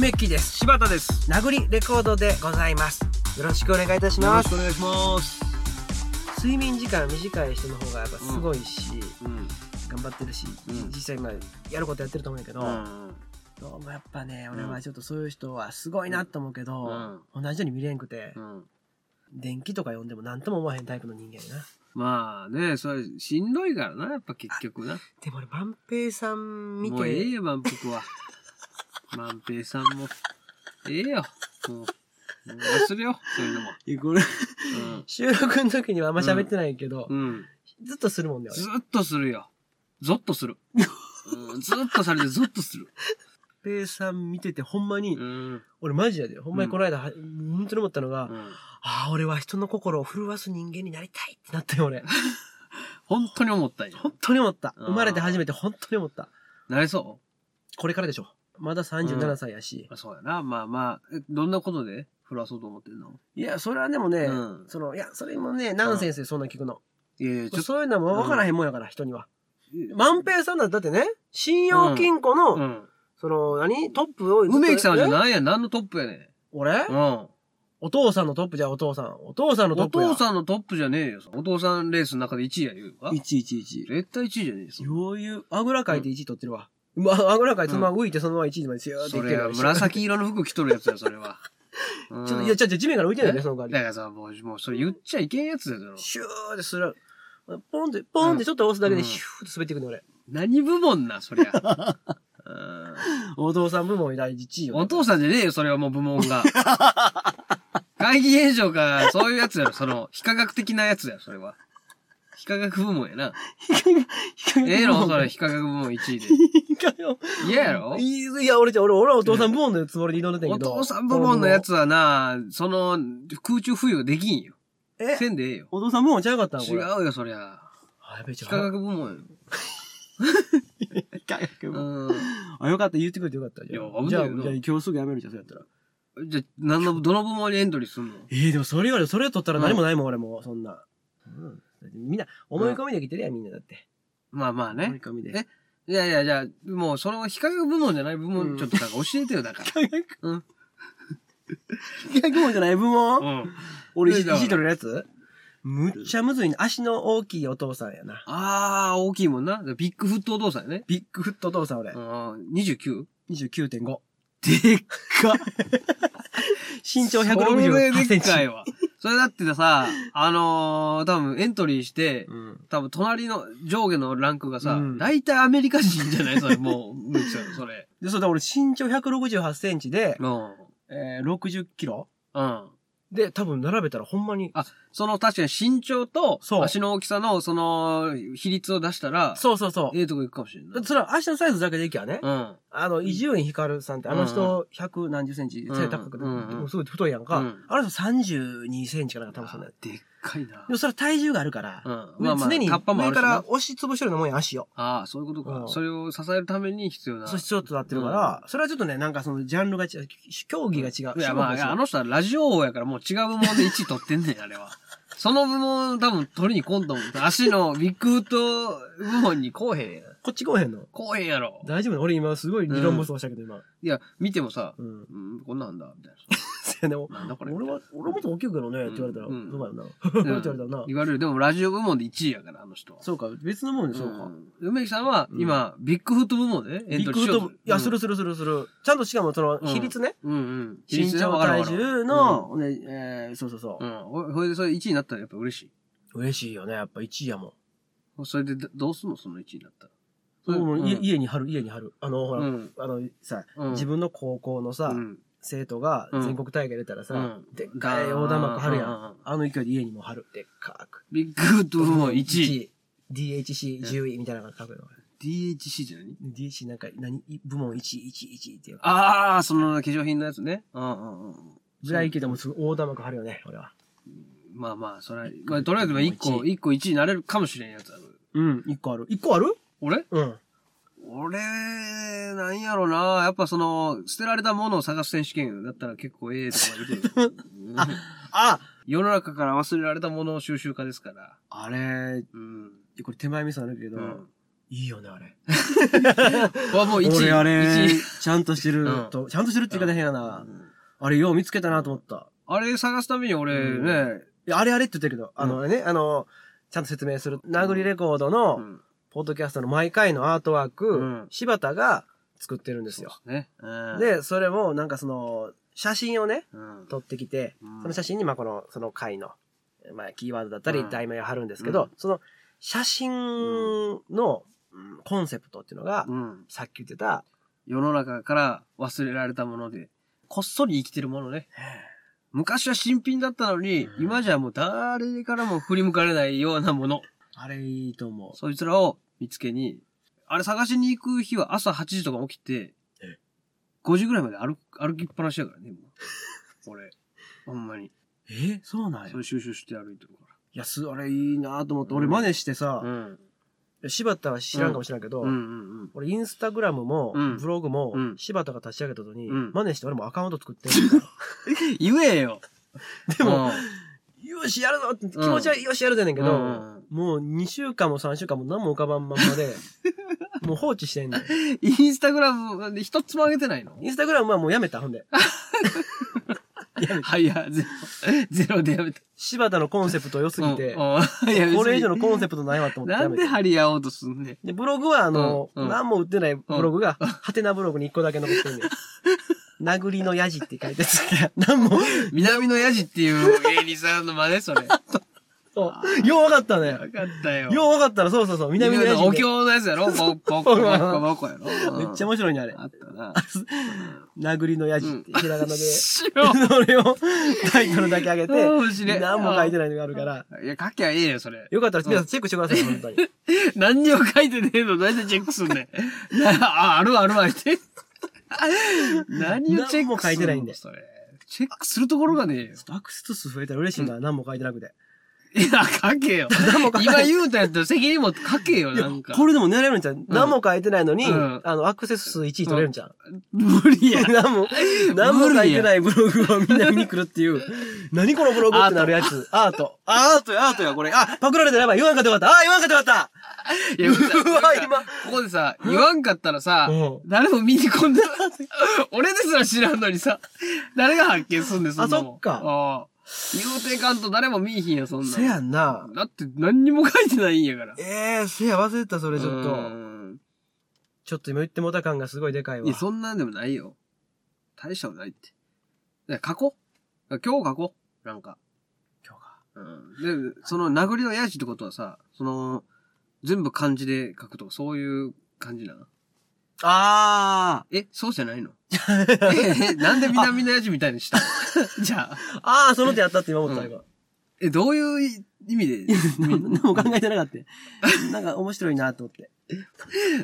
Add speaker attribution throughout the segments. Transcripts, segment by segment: Speaker 1: 梅木です
Speaker 2: 柴田です
Speaker 1: 殴りレコードでございますよろしくお願いいたし
Speaker 2: よろ
Speaker 1: ま
Speaker 2: し
Speaker 1: す
Speaker 2: くお願いします
Speaker 1: 睡眠時間短い人の方がやっぱすごいし、
Speaker 2: うん
Speaker 1: 頑張ってるし、
Speaker 2: うん
Speaker 1: 実際今やることやってると思うんやけど、
Speaker 2: うん
Speaker 1: どうもやっぱね俺はちょっとそういう人はすごいなと思うけど、同
Speaker 2: う
Speaker 1: じように見れんくて
Speaker 2: う、ん
Speaker 1: 電気とか読んでも何とも思わへんタイプの人間やな
Speaker 2: まあねそれしんどいからなやっぱ結局な
Speaker 1: でも俺万平さん見
Speaker 2: もうええ
Speaker 1: て
Speaker 2: よ満 腹は満平さんもええよもうもう忘れようそういうのも
Speaker 1: いやこれ収録の時にはあんま喋ってないけど、
Speaker 2: うん、うん、
Speaker 1: ずっとするもんね俺
Speaker 2: ずっとするよゾッとする、うん、ずっとされてゾッとする
Speaker 1: 万平さん見ててほんまに、
Speaker 2: うん
Speaker 1: 俺マジやでほんまにこの間は、本当に思ったのが、
Speaker 2: うん
Speaker 1: ああ俺は人の心を震わす人間になりたいってなったよ俺
Speaker 2: 本当に思ったんや
Speaker 1: 本当に思った
Speaker 2: あー
Speaker 1: 生まれて初めて本当に思った
Speaker 2: なれそ
Speaker 1: これからでしょまだ37歳やし
Speaker 2: う、あそうやなまあまあえどんなことで降らそうと思ってんの
Speaker 1: いやそれはでもね、
Speaker 2: うん
Speaker 1: そのいやそれもねナンセンスでそんなん聞くの、
Speaker 2: いやいやちょっと
Speaker 1: そういうのはもう分からへんもんやから、人には万平さんだってだってね信用金庫の、
Speaker 2: うん
Speaker 1: その何トップを
Speaker 2: 梅木さんじゃ
Speaker 1: い
Speaker 2: なんや何のトップやねん
Speaker 1: 俺、
Speaker 2: うん
Speaker 1: お父さんのトップじゃお父さんお父さんのト
Speaker 2: お
Speaker 1: ップや
Speaker 2: 父さんのトップじゃねえよ。お父さんレースの中で1位や言うか
Speaker 1: 111
Speaker 2: 絶対1位じゃねえよそんな。
Speaker 1: 余裕あぐらかいて1位取ってるわ、まあ、あぐらかいてそのまま浮いてそのまま1位までスーってい
Speaker 2: そ
Speaker 1: って
Speaker 2: れ
Speaker 1: るか
Speaker 2: は
Speaker 1: ら
Speaker 2: 紫色の服着とるやつだよ、それは。うん
Speaker 1: ちょっと、いや、ちょっと地面から浮いてないね、
Speaker 2: え
Speaker 1: その代わ
Speaker 2: だからさ、もう、もう、それ言っちゃいけんやつだよ。
Speaker 1: り。シューってする。ポンって、ポンってちょっと押すだけ
Speaker 2: う
Speaker 1: で
Speaker 2: ん
Speaker 1: ヒューって滑ってくるね、俺。
Speaker 2: 何部門な、そりゃ。 うん
Speaker 1: お父さん部門第1位よ。
Speaker 2: お父さんじゃねえよ、それはもう部門 が。怪奇現象か、そういうやつだよ、その、非科学的なやつだよ、それは。非科学部門やな。ええのそれ、非科学部門1位で。嫌や ろ
Speaker 1: いやいや、俺じゃ、俺、俺はお父さん部門のつもりで挑んでたんや
Speaker 2: お
Speaker 1: けど。
Speaker 2: 父さん部門のや。つはな、その、空中浮遊できんよ。
Speaker 1: え
Speaker 2: せんでええよ。
Speaker 1: お父さん部門ちゃうかったんこ
Speaker 2: 違
Speaker 1: れ。
Speaker 2: うよ、そりゃ。
Speaker 1: あ、やべえ、ちょ
Speaker 2: 非
Speaker 1: っ
Speaker 2: 科
Speaker 1: と。
Speaker 2: 学部門よ。うん。
Speaker 1: あ、よかった、言ってくれてよかった。
Speaker 2: いや危ないよな
Speaker 1: じゃあ、今日すぐやめるじゃん、そうやったら。
Speaker 2: じゃ、何の、どの部門にエントリーすんの
Speaker 1: えー、でもそれより、それ取ったら何もないもん、俺もう、そんな。うん。みんな、思い込みできてるやん、みんなだって。
Speaker 2: まあまあ
Speaker 1: 思い
Speaker 2: ね。
Speaker 1: 込みで。
Speaker 2: いやいや、じゃあ、もう、その、非科学部門じゃない部
Speaker 1: う
Speaker 2: 門、
Speaker 1: ん
Speaker 2: ちょっとなんか教えてよ、だかうん
Speaker 1: 企画門じゃない部門
Speaker 2: ら。うん。
Speaker 1: 俺
Speaker 2: いや
Speaker 1: 石
Speaker 2: だから
Speaker 1: 取れるやつむっちゃむずいな。足の大きいお父さんやな。
Speaker 2: あー、大きいもんな。ビッグフットお父さんやね。
Speaker 1: ビッグフットお父さん俺
Speaker 2: う。ん、29?
Speaker 1: 29.5。
Speaker 2: でっか
Speaker 1: 身長
Speaker 2: それ
Speaker 1: 168
Speaker 2: で
Speaker 1: セ
Speaker 2: っ
Speaker 1: ンチ。
Speaker 2: かいわ。それだってさ、あのー、多分エントリーして、
Speaker 1: うん。
Speaker 2: 多分隣の上下のランクがさ、
Speaker 1: うん
Speaker 2: 大体アメリカ人じゃない それ、もう、むちゃん、それ。
Speaker 1: で、そうだ、俺身長168センチで、
Speaker 2: うん。
Speaker 1: えー、60キロ
Speaker 2: うん。
Speaker 1: で、多分並べたらほんまに。
Speaker 2: あ、その確かに身長と
Speaker 1: そう
Speaker 2: 足の大きさのその比率を出したら、
Speaker 1: そうそうそう。
Speaker 2: ええとこ行くかもしれんない。
Speaker 1: それは足のサイズだけでいきゃね。
Speaker 2: うん。
Speaker 1: あの、伊集院光さんって、あの人、100何十センチ、背高くて、
Speaker 2: うんうんうん
Speaker 1: もうすごい太いやんか。
Speaker 2: うん
Speaker 1: あの人32センチかなんか、多分そんな
Speaker 2: あ
Speaker 1: やつ
Speaker 2: でっかいな
Speaker 1: で。もそれは体重があるから、
Speaker 2: うん。
Speaker 1: 常に
Speaker 2: カッパもあ
Speaker 1: 上
Speaker 2: る
Speaker 1: か
Speaker 2: し
Speaker 1: ら
Speaker 2: な。
Speaker 1: 押し潰してるのもんや、足を。
Speaker 2: ああ、そういうこと
Speaker 1: う
Speaker 2: か。
Speaker 1: ん
Speaker 2: それを支えるために必要な。
Speaker 1: そう必要となってるから、それはちょっとね、なんかそのジャンルが違う、競技が違う。
Speaker 2: いや、
Speaker 1: 種目
Speaker 2: ま
Speaker 1: が違う
Speaker 2: あ、あの人はラジオ王やからもう違う部門で1位取ってんねん、あれは。 その部門多分取りに来んと思う。足のビッグフット部門に来おへんやん。
Speaker 1: こっち来へんの
Speaker 2: 来へんやろ。
Speaker 1: 大丈夫なの俺今すごい理論武装したけど、今。
Speaker 2: いや、見てもさ、
Speaker 1: うん。
Speaker 2: うん、こんなんだ、みたい
Speaker 1: せやね、お
Speaker 2: な。なんだこれ。
Speaker 1: 俺は、俺もっと大きいけどね、って言われたら、
Speaker 2: う
Speaker 1: ど
Speaker 2: ん
Speaker 1: うかよ な。って言われたらな。
Speaker 2: 言われる。でもラジオ部門で1位やから、あの人は。
Speaker 1: そうか、別のもんでしょうか。
Speaker 2: ん梅木さんは今、ビッグフット部門でエン
Speaker 1: ビ
Speaker 2: ト
Speaker 1: ッグフ
Speaker 2: リー
Speaker 1: ッ
Speaker 2: しよう
Speaker 1: ト
Speaker 2: と
Speaker 1: 部、いや、するするするする。ちゃんとしかもその、
Speaker 2: うん
Speaker 1: 比率ね。
Speaker 2: うんうん。
Speaker 1: 身長体重の、ね、えーそうそうそう
Speaker 2: う。ん。ほほいで、それ1位になったらやっぱ嬉しい。
Speaker 1: 嬉しいよね、やっぱ1位やもん。
Speaker 2: それでど、どうすんのその1位になったら。
Speaker 1: 僕も
Speaker 2: うん
Speaker 1: 家家に貼る、家に貼る。あの、ほ
Speaker 2: う
Speaker 1: ら、
Speaker 2: ん。
Speaker 1: あのさ、
Speaker 2: うん
Speaker 1: 自分の高校のさ
Speaker 2: う、ん
Speaker 1: 生徒が
Speaker 2: うん
Speaker 1: 全国大会出たらさ、
Speaker 2: うん
Speaker 1: でっかい横断幕貼るやん。
Speaker 2: うんうんうん
Speaker 1: あの勢いで家にも貼る。でっかく。
Speaker 2: ビッグフット部門1位。
Speaker 1: 位。DHC10 位みたいなのが書くの。
Speaker 2: DHC じゃない
Speaker 1: DHC なんか何部門1位、1位、1位っていう。
Speaker 2: ああ、その化粧品のやつね。うんうんうんうん。
Speaker 1: ぐらいけどもすごい横断幕貼るよね、俺は。
Speaker 2: まあまあ、それは、まあ、とりあえず1個、一個1位になれるかもしれんやつある。
Speaker 1: うん。1個ある。1個ある
Speaker 2: 俺
Speaker 1: うん。
Speaker 2: 俺、なんやろな。やっぱその、捨てられたものを探す選手権だったら結構ええとかできる。 うん
Speaker 1: あ
Speaker 2: 世の中から忘れられたものを収集家ですから。
Speaker 1: あれ、
Speaker 2: うん。
Speaker 1: これ手前味噌あるけど、
Speaker 2: うん。
Speaker 1: いいよね、あれ。
Speaker 2: あ、もう1位。
Speaker 1: 俺あれ
Speaker 2: 一位、
Speaker 1: ちゃんとしてると、ちゃんとしてるって言い方変や
Speaker 2: う
Speaker 1: な。
Speaker 2: ん
Speaker 1: あれ、よう見つけたなと思った。
Speaker 2: あれ探すために俺
Speaker 1: うん
Speaker 2: ね、
Speaker 1: いや、あれあれって言ってるけど、あのね、あの、ちゃんと説明する。殴りレコード
Speaker 2: う
Speaker 1: の、
Speaker 2: ん
Speaker 1: ポッドキャストの毎回のアートワーク、
Speaker 2: うん
Speaker 1: 柴田が作ってるんですよ。
Speaker 2: そうですね。うん、
Speaker 1: で、それも、なんかその、写真をね、
Speaker 2: うん、
Speaker 1: 撮ってきて、
Speaker 2: うん
Speaker 1: その写真に、まあ、この、その回の、まあ、キーワードだったり
Speaker 2: うん、
Speaker 1: 題名を貼るんですけど、
Speaker 2: うん
Speaker 1: その、写真の、うんコンセプトっていうのが、
Speaker 2: うん、
Speaker 1: さっき言ってた、
Speaker 2: 世の中から忘れられたもので、こっそり生きてるものね。昔は新品だったのに、
Speaker 1: うん
Speaker 2: 今じゃもう誰からも振り向かれないようなもの。
Speaker 1: あれいいと思
Speaker 2: そいつらを見つけに、あれ探しに行く日は朝8時とか起きて
Speaker 1: え、
Speaker 2: 5時ぐらいまで歩く歩きっぱなしやか らね、もう俺。ほんまに。
Speaker 1: う。えそうなんや
Speaker 2: そ。れ収集して歩いてるか
Speaker 1: いや、す、あれいいなと思って、
Speaker 2: うん
Speaker 1: 俺真似して
Speaker 2: ら。
Speaker 1: さ、
Speaker 2: ん。
Speaker 1: 柴田は知らんかもしれんけど、
Speaker 2: うんうん
Speaker 1: 俺インスタグラムも、
Speaker 2: うん
Speaker 1: ブログも、
Speaker 2: うん
Speaker 1: 柴田が立ち上げた後に、
Speaker 2: うん
Speaker 1: 真似して俺もアカウント作って るから。
Speaker 2: うん。言えよ
Speaker 1: でも、
Speaker 2: うん
Speaker 1: よしやるぞって気持ちはよしやるでねんけど、
Speaker 2: うん
Speaker 1: もう2週間も3週間も何も浮かばんまんまで、もう放置してんねん。
Speaker 2: インスタグラムで一つも上げてないの
Speaker 1: インスタグラムはもうやめた、ほんで。
Speaker 2: はいや、ゼロ。ゼロでやめた。
Speaker 1: 柴田のコンセプト良すぎて、
Speaker 2: うんうんいや別に
Speaker 1: これ以上のコンセプトないわと思って
Speaker 2: な
Speaker 1: や
Speaker 2: ん
Speaker 1: め
Speaker 2: で
Speaker 1: た。
Speaker 2: 張り合おうとすんねん。
Speaker 1: で、ブログはあの、
Speaker 2: うんうん
Speaker 1: 何も売ってないブログが、ハテナブログに1個だけ残って んねん。殴りのやじって書いてある。何も、
Speaker 2: 南のヤジっていう芸人さんの真似、それ。よか
Speaker 1: そうよう分かったね。
Speaker 2: ったよ。
Speaker 1: よう分かったら、そうそうそう、南のやじ
Speaker 2: お
Speaker 1: で。
Speaker 2: 経のやつや ろボッコボッコボッコボッコやろ
Speaker 1: めっちゃ
Speaker 2: ゃ
Speaker 1: 面白いね、あれ。
Speaker 2: あったな。
Speaker 1: 殴りのやじって、ひらがなで。
Speaker 2: しろ
Speaker 1: それをタイトルだけ上げて、
Speaker 2: 面白い。
Speaker 1: 何も書いて
Speaker 2: な
Speaker 1: ないのがあるから、
Speaker 2: い。いや、書きゃいいよ、それ。
Speaker 1: よかったら皆さんチェックしてくださ い、本当に。
Speaker 2: 何にも書いてねえの、何でチェックすんねん。なあ、あるわあるわ、言って。何をチェ
Speaker 1: 何
Speaker 2: ックすんの
Speaker 1: も書いてないんで
Speaker 2: それ。チェックするところがねえよ。
Speaker 1: アクセス数増えたら嬉しいな、何も書いてなくて。
Speaker 2: いや、書けよ。今言うたやったら責任も書けよ、
Speaker 1: いや
Speaker 2: なんか。
Speaker 1: これでも狙えるんじゃん。何も書いてないのに、
Speaker 2: うん
Speaker 1: あの、アクセス数1位取れるんじゃん。
Speaker 2: 無理や。
Speaker 1: 何 も、何も書いてないブログをみんな見に来るっていう。何このブログってなるやつ。アート。アートや、アートや、これ。あ、パクられてやばい。言わんかったよかった。あ、言わんかったよかっ
Speaker 2: いや、う
Speaker 1: わ今
Speaker 2: ここでさ、言わんかったらさ
Speaker 1: うん、
Speaker 2: 誰も見に来んで、俺ですら知らんのにさ、誰が発見すんねん、そんなもん。
Speaker 1: あそっか
Speaker 2: ああ。言うていかんと誰も見いひんよ、そん
Speaker 1: た。
Speaker 2: なん。
Speaker 1: せやんな。
Speaker 2: だって何にも書いてないんやから。
Speaker 1: ええー、せや、忘れてた、それちょっ
Speaker 2: う
Speaker 1: と。
Speaker 2: ん
Speaker 1: ちょっと今言ってもうた感がすごいでかいわ。
Speaker 2: いや、そんなんでもないよ。大したことないって。だから書こう。今日書こう。なんか。
Speaker 1: 今日が
Speaker 2: うん。で、その殴りのやじってことはさ、その、全部漢字で書くとか、そういう感じなの
Speaker 1: あ
Speaker 2: え、そうじゃ ないのえ、なんで南のやじみたいにしたのじゃあ、
Speaker 1: ー。あー、その手やったって今思った、
Speaker 2: うん
Speaker 1: 今。
Speaker 2: え、どういうい 意味で、
Speaker 1: 何も考えてなかった。なんか面白いなと思って。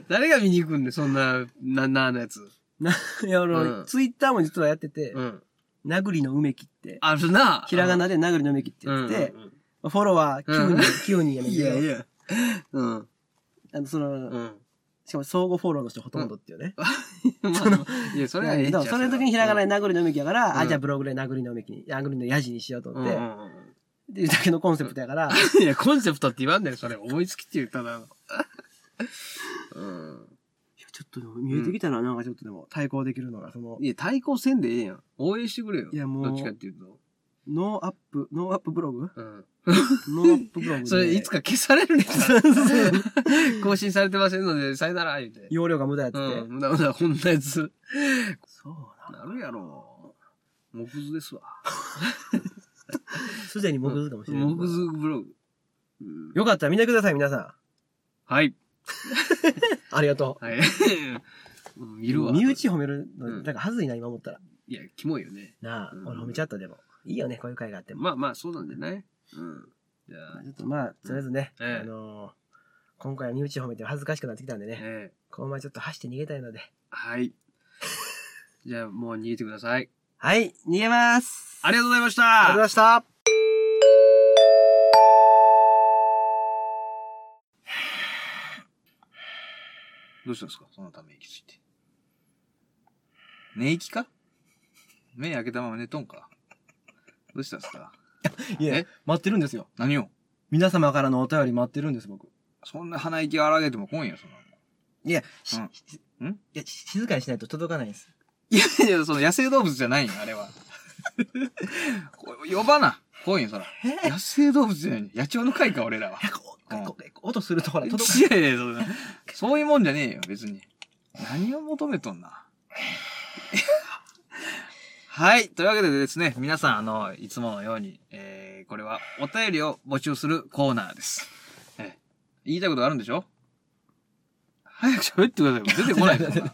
Speaker 2: 誰が見に行くんで、そんな、な、なーのやつ。
Speaker 1: ないや、俺、
Speaker 2: うん
Speaker 1: ツイッターも実はやってて、
Speaker 2: うん。
Speaker 1: 殴りの梅木って、
Speaker 2: あるな
Speaker 1: ひらがな
Speaker 2: っ
Speaker 1: で殴りの梅木って言ってて、フォロワー
Speaker 2: うん
Speaker 1: 9人、9人やねん
Speaker 2: い
Speaker 1: けど
Speaker 2: やいや。 うん。
Speaker 1: あの、その、
Speaker 2: うん。
Speaker 1: しかも相互フォローの人ほとんどっていうね。
Speaker 2: まあ、いや、それはええ
Speaker 1: け
Speaker 2: んちゃ
Speaker 1: ど
Speaker 2: う
Speaker 1: その時にひらがなで殴りの梅木やから、
Speaker 2: う
Speaker 1: あ、
Speaker 2: ん
Speaker 1: じゃあブログで殴りの梅木に、殴りのヤジにしようと思って、
Speaker 2: うんうんうん
Speaker 1: っていうだけのコンセプトやから、
Speaker 2: いや、コンセプトって言わんだよ、それ。思いつきって言ったな。うん。
Speaker 1: いやちょっとでも見えてきたな、なんかちょっとでも対抗できるのが、その、
Speaker 2: いや、対抗せんでええやん。応援してくれよ。
Speaker 1: いやもう
Speaker 2: どっちかっていうと。
Speaker 1: ノーアップ、ノーアップブロ グ
Speaker 2: うん。
Speaker 1: ノーアップブログで。
Speaker 2: それ、いつか消されるね ん
Speaker 1: そうそう
Speaker 2: 更新されてませんので、さよなら、言うて。
Speaker 1: 容量が無駄やっつ
Speaker 2: う
Speaker 1: って。
Speaker 2: ん、無駄無駄、こんなやつ。
Speaker 1: そう な。
Speaker 2: なるやろ。木図ですわ。
Speaker 1: すでに木図かもしれない。
Speaker 2: 木図ブログ。うん
Speaker 1: よかったら見てください、皆さん。
Speaker 2: はい。
Speaker 1: ありがと
Speaker 2: はい。 うん見
Speaker 1: う。
Speaker 2: るわ。
Speaker 1: 身内褒めるの、
Speaker 2: うん
Speaker 1: なんかはずいな、今思ったら。
Speaker 2: いや、キモいよね。
Speaker 1: なあ
Speaker 2: う、ん
Speaker 1: 俺褒めちゃった、でも。いいよね、こういう会があっても。
Speaker 2: まあまあ、そうなんじゃないうん。じゃ
Speaker 1: ま
Speaker 2: あ
Speaker 1: あ、ちょっとまあ、とりあえずね、
Speaker 2: ええ
Speaker 1: あのー今回は身内褒めて恥ずかしくなってきたんでね、
Speaker 2: ええ
Speaker 1: この前ちょっと走って逃げたいので。
Speaker 2: はい。じゃあ、もう逃げてください。
Speaker 1: はい、逃げます。
Speaker 2: ありがとうございまし
Speaker 1: ありがとうござい
Speaker 2: た
Speaker 1: ました。
Speaker 2: どうしたんですかそのため息ついて。
Speaker 3: 寝息か目開けたまま寝とんかどうしたんすか
Speaker 1: いえ
Speaker 2: え、
Speaker 1: 待ってるんですよ。
Speaker 3: 何を
Speaker 1: 皆様からのお便り待ってるんです、僕。
Speaker 3: そんな鼻息荒げても来んよ、そんなの
Speaker 1: いや、し
Speaker 3: うん
Speaker 1: しいや、し静かにしないと届かないです。
Speaker 2: いやいや、その野生動物じゃないよ、あれは。こ 呼ばな。来いよ、そら。野生動物じゃない。野鳥の会か、俺らは。
Speaker 1: え、こう、こう、こう音するとほら、届かない。
Speaker 2: いやいや、そんなそういうもんじゃねえよ、別に。何を求めとんな。はい。というわけでですね、皆さん、あの、いつものように、えー、これはお便りを募集するコーナーです。えー言いたいことがあるんでしょ早く喋ってくださいよ。出てこないよ、そんな。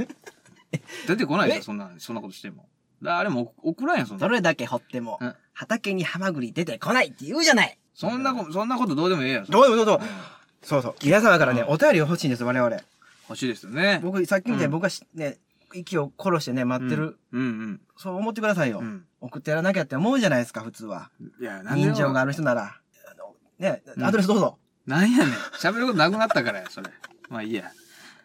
Speaker 2: 出てこないよ、
Speaker 1: え
Speaker 2: そんな、そんなことしても。誰も送らんよ、そん
Speaker 1: ど
Speaker 2: な。
Speaker 1: れだけ掘っても
Speaker 2: うん、
Speaker 1: 畑にハマグリ出てこないって言うじゃない
Speaker 2: そんなこと、そんなことどうでもええやん。
Speaker 1: どうぞどうぞ
Speaker 2: うん
Speaker 1: そうそう。皆様からね、
Speaker 2: うん
Speaker 1: お便りが欲しいんです、我々。
Speaker 2: 欲しいですよね。
Speaker 1: 僕、さっきみたいに
Speaker 2: うん
Speaker 1: 僕がしね、息を殺してね、待ってる。
Speaker 2: うん
Speaker 1: そう思ってくださいよ
Speaker 2: うん。う。ん。
Speaker 1: 送ってやらなきゃって思うじゃないですか、普通は。
Speaker 2: いや、なんで
Speaker 1: 人情がある人なら。あのね、
Speaker 2: うん
Speaker 1: アドレスどうぞ。
Speaker 2: なんやねん。喋ることなくなったからや、それ。まあいいや。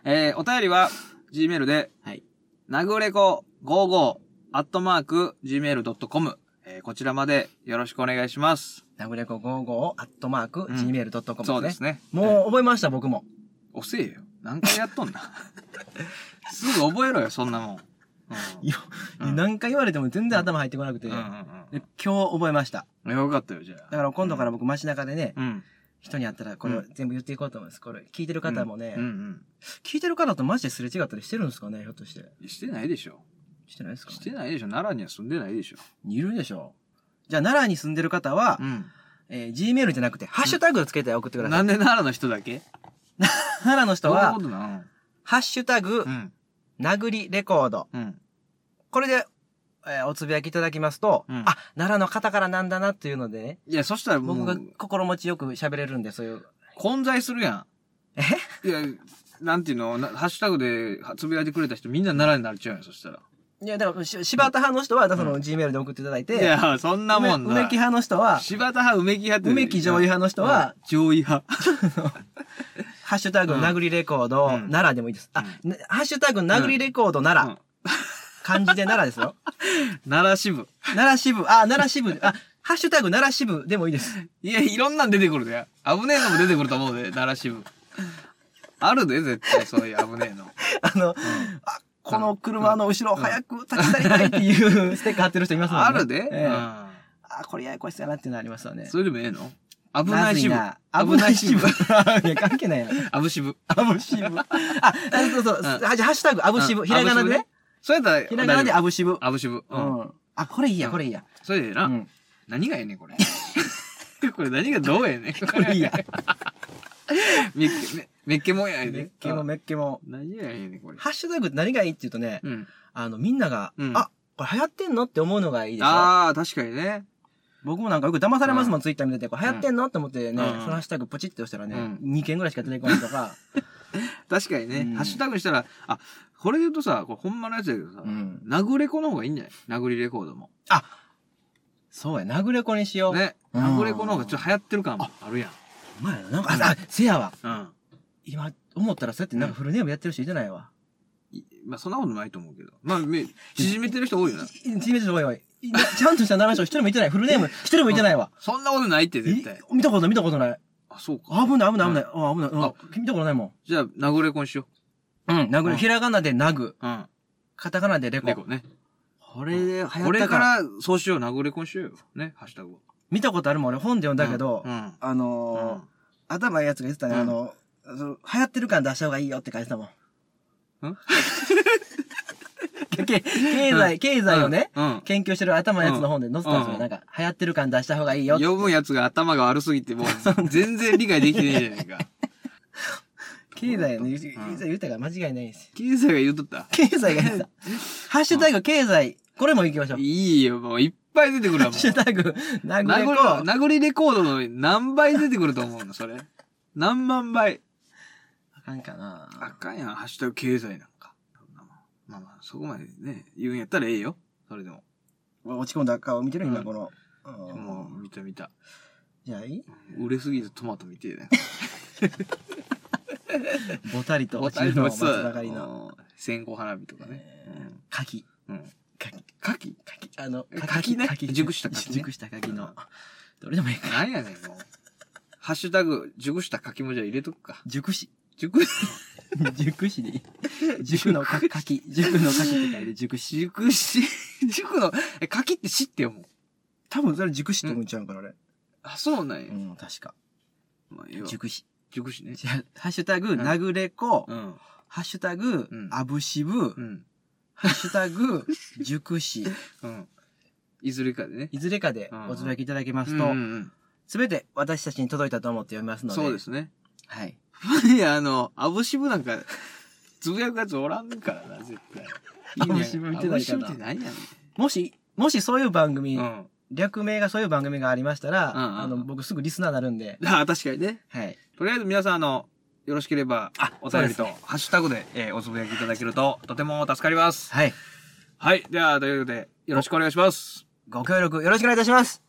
Speaker 2: えー、お便りは、gmail で、
Speaker 1: はい。
Speaker 2: なぐれこ55、アットマーク、gmail.com。えー、こちらまでよろしくお願いします。
Speaker 1: なぐれこ55、アットマーク、
Speaker 2: うん
Speaker 1: gmail.com
Speaker 2: そう
Speaker 1: で
Speaker 2: ですす
Speaker 1: ね。
Speaker 2: ね。
Speaker 1: もう覚えました、僕も。
Speaker 2: う、遅えよ。何回やっとんな。 すぐ覚えろよ、そんなもん。うん。
Speaker 1: いや
Speaker 2: うん
Speaker 1: 何回言われても全然頭入ってこなくて。
Speaker 2: うん
Speaker 1: で
Speaker 2: うん
Speaker 1: 今日覚えました。
Speaker 2: うん。よかったよ、じゃあ。
Speaker 1: だから今度から僕街中でね、
Speaker 2: うん。
Speaker 1: 人に会ったらこれ
Speaker 2: う
Speaker 1: を
Speaker 2: ん
Speaker 1: 全部言っていこうと思います。これ、聞いてる方もね
Speaker 2: うん、うん
Speaker 1: 聞いてる方とマジですれ違ったりしてるんですかね、ひょっとして。
Speaker 2: うん。してないでしょ。
Speaker 1: してないですかね
Speaker 2: してないでしょ。奈良には住んでないでしょ。
Speaker 1: いるでしょう。じゃあ、奈良に住んでる方は、
Speaker 2: ん。
Speaker 1: えー Gmail じゃなくて、ハッシュタグをつけて送ってください。
Speaker 2: なんで奈良の人だけ
Speaker 1: 奈良の人
Speaker 2: どういう
Speaker 1: は
Speaker 2: こ、となの
Speaker 1: ハッシュタグ
Speaker 2: う、ん。
Speaker 1: 殴りレコード。
Speaker 2: うん。
Speaker 1: これで、えーおつぶやきいただきますと、
Speaker 2: うん
Speaker 1: あ、奈良の方からなんだなっていうのでね、
Speaker 2: いや、そしたらもう、
Speaker 1: 僕が心持ちよく喋れるんで、そういう。
Speaker 2: 混在するやん。いや、なんていうの、なハッシュタグでつぶやいてくれた人みんな奈良になっちゃうよ、そしたら。
Speaker 1: いや、だから、し柴田派の人は、その
Speaker 2: うん
Speaker 1: Gmail で送っていただいて、
Speaker 2: いや、そんなもん
Speaker 1: 梅梅
Speaker 2: な
Speaker 1: 木。派の人は、
Speaker 2: 柴田派、梅木派って。
Speaker 1: 梅木上位派の人は、
Speaker 2: うん、上位派。
Speaker 1: ハッシュタグ殴りレコード、
Speaker 2: うん
Speaker 1: 奈良でもいいです。あ、
Speaker 2: う
Speaker 1: なハッシュタグ殴りレコード奈良。
Speaker 2: うん
Speaker 1: 漢字で奈良ですよ。
Speaker 2: 奈良支部。
Speaker 1: 奈良支部、あ、奈良支部、あ、ハッシュタグ奈良支部でもいいです。
Speaker 2: いや、いろんなん出てくるで。危ねえのも出てくると思うで、奈良支部。あるで、絶対、そういう危ねえの。
Speaker 1: あの、あ、この車の後ろ早く立ち去りたいっていうステッカー貼ってる人いますもんね。
Speaker 2: あるで、
Speaker 1: ええあ、
Speaker 2: うん
Speaker 1: これややこしそうやなっていうのありますよね。
Speaker 2: それでもええの危ない支部。
Speaker 1: 危ない支部。
Speaker 2: 危
Speaker 1: いや、関係ないな。
Speaker 2: ない支部。
Speaker 1: アブ支部。あ、あそうそう。
Speaker 2: ん
Speaker 1: はじゃあハッシュタグアブ支
Speaker 2: う
Speaker 1: 部。
Speaker 2: ん
Speaker 1: ひらがなで
Speaker 2: アブ支
Speaker 1: ね。
Speaker 2: そうやったら、
Speaker 1: ひらがなでアブ支部。
Speaker 2: 危支部。
Speaker 1: う
Speaker 2: うん。
Speaker 1: ん。あ、これいいや、これいいや。
Speaker 2: それでええ
Speaker 1: う
Speaker 2: な。
Speaker 1: ん。
Speaker 2: 何がええねん、これ。 これ何がどうええねん。こ
Speaker 1: れいい や。
Speaker 2: めっけ、めめっけもんやええねん。
Speaker 1: めっけも
Speaker 2: あ
Speaker 1: めっけも。
Speaker 2: 何がええねん、これ。
Speaker 1: ハッシュタグって何がいいって言うとね、
Speaker 2: うん。
Speaker 1: あの、みんなが、
Speaker 2: うん
Speaker 1: あ、これ流行ってんのって思うのがいいでしょ。
Speaker 2: ああ、確かにね。
Speaker 1: 僕もなんかよく騙されますもん、ツイッター見てて、これ流行ってんのって思ってね、
Speaker 2: うん
Speaker 1: そのハッシュタグポチって押したらね、
Speaker 2: うん
Speaker 1: 2件ぐらいしか出てこないとか、
Speaker 2: 確かに
Speaker 1: う
Speaker 2: ね。
Speaker 1: ん
Speaker 2: ハッシュタグしたら、あ、これ言うとさ、これほんまのやつやけどさ
Speaker 1: う、ん。
Speaker 2: 殴れこの方がいいんじゃない殴りレコードも。
Speaker 1: そうや、殴れ子にしよう。
Speaker 2: ね。
Speaker 1: うん
Speaker 2: 殴れこの方がちょっと流行ってる感もあるやん。
Speaker 1: お前らなんか、あ、あせやわ。
Speaker 2: うん。
Speaker 1: 今、思ったらそうやってなんかフルネームやってる人いてないわ。
Speaker 2: いまあ、そんなことないと思うけど。まあ、め縮めてる人多いよな。
Speaker 1: いチームメイトおいおい。いなちゃんとした7章一人もいてない。フルネーム一人もいてないわ。
Speaker 2: そんなことないって、絶対
Speaker 1: い。見たことない、見たことない。
Speaker 2: あ、そうか。
Speaker 1: 危ない、危ない、危ない。あ、危ない。
Speaker 2: あ
Speaker 1: うん見たことないも
Speaker 2: じゃあ、殴れこにしよ
Speaker 1: ん。うん、殴
Speaker 2: う
Speaker 1: る。
Speaker 2: ん
Speaker 1: ひらがなで殴ぐ。
Speaker 2: う。うん。
Speaker 1: カタカナでレコ。
Speaker 2: レコね。
Speaker 1: これで流行った
Speaker 2: 俺
Speaker 1: か。
Speaker 2: からら、そうしよう、殴れこにしようよ。ね、ハッシュタグを。
Speaker 1: 見たことあるもん、俺本で読んだけど
Speaker 2: う、ん。
Speaker 1: あ
Speaker 2: う
Speaker 1: のー
Speaker 2: ん、
Speaker 1: 頭いいやつが言ってたね、
Speaker 2: うん
Speaker 1: あの、その流行ってる感出した方がいいよって書いてたもん。
Speaker 2: ん
Speaker 1: け 経済、経済をね、
Speaker 2: うん。
Speaker 1: 研究してる頭のやつの本で載せたんです
Speaker 2: う
Speaker 1: よ。
Speaker 2: ん
Speaker 1: なんか、流行ってる感出した方がいいよって。
Speaker 2: 呼ぶやつが頭が悪すぎて、もう、全然理解できてねえじゃないか。
Speaker 1: 経済の言う
Speaker 2: うん
Speaker 1: 言うたから間違いないです。
Speaker 2: 経済が言うとった。
Speaker 1: 経済が言ってた。ハッシュタグ経済、これも行きましょう。
Speaker 2: い
Speaker 1: ハ
Speaker 2: いよ、もう、いっぱい出てくるわ、
Speaker 1: ッ
Speaker 2: も
Speaker 1: シュ
Speaker 2: う。
Speaker 1: タグ、殴れ
Speaker 2: 殴
Speaker 1: こ
Speaker 2: り、殴りレコードの何倍出てくると思うの、それ。何万倍。
Speaker 1: あかんかな
Speaker 2: あかんやん、ハッシュタグ経済なんか。まあまあ、そこまでね、言うんやったらええよ。それでも。
Speaker 1: 落ち込んだ顔見てる
Speaker 2: う
Speaker 1: 今
Speaker 2: ん
Speaker 1: この。うん
Speaker 2: もう、見た見た。
Speaker 1: じゃあいい
Speaker 2: 売れすぎてトマト見て えね。
Speaker 1: ぼたりと落ちるのを待つばかりの。
Speaker 2: うん線香花火とかね。
Speaker 1: 柿。
Speaker 2: うん。うん
Speaker 1: 柿。
Speaker 2: 牡蠣
Speaker 1: 柿。あの、
Speaker 2: 柿ね熟した柿ね
Speaker 1: 熟した柿の。どれでもいいか。
Speaker 2: なん やねん、もう。ハッシュタグ、熟した柿もじゃあ入れとくか。
Speaker 1: 熟し。
Speaker 2: 熟、
Speaker 1: 塾師でいい。塾のか柿。塾の柿って書いて塾師。
Speaker 2: 塾師、塾の、え、柿って知ってよ、もう。
Speaker 1: 多分それ塾師って思っちゃうから、あれ。
Speaker 2: あ、そうなんや
Speaker 1: う。ん、確か。
Speaker 2: まあ、要は
Speaker 1: 塾師。
Speaker 2: 塾師ね。
Speaker 1: じゃあハッシュタグ、殴れ子、
Speaker 2: うん。
Speaker 1: ハッシュタグ
Speaker 2: うん、
Speaker 1: あぶしぶ
Speaker 2: う、ん。
Speaker 1: ハッシュタグ、塾師、
Speaker 2: うん。いずれかでね。
Speaker 1: いずれかで
Speaker 2: うん
Speaker 1: おつぶやきいただけます
Speaker 2: うん
Speaker 1: と
Speaker 2: う、ん
Speaker 1: すべて私たちに届いたと思って読みます
Speaker 2: うん
Speaker 1: ので。
Speaker 2: そうで。すね。
Speaker 1: はい。
Speaker 2: いや、あの、アブシブなんか、つぶやくやつおらんからな、絶対。
Speaker 1: アブシブ見てないかな
Speaker 2: アブシブって何やねん。
Speaker 1: もし、もしそういう番組、
Speaker 2: うん。
Speaker 1: 略名がそういう番組がありましたら、
Speaker 2: うんうんうん
Speaker 1: あの、僕すぐリスナーになるんで、
Speaker 2: あ、確かにね。
Speaker 1: はい。
Speaker 2: とりあえず皆さん、あの、よろしければ、あ、お便りと、ハッシュタグで、えーおつぶやきいただけると、とても助かります。
Speaker 1: はい。
Speaker 2: はい。では、ということで、よろしくお願いします。
Speaker 1: ご協力よろしくお願いいたします。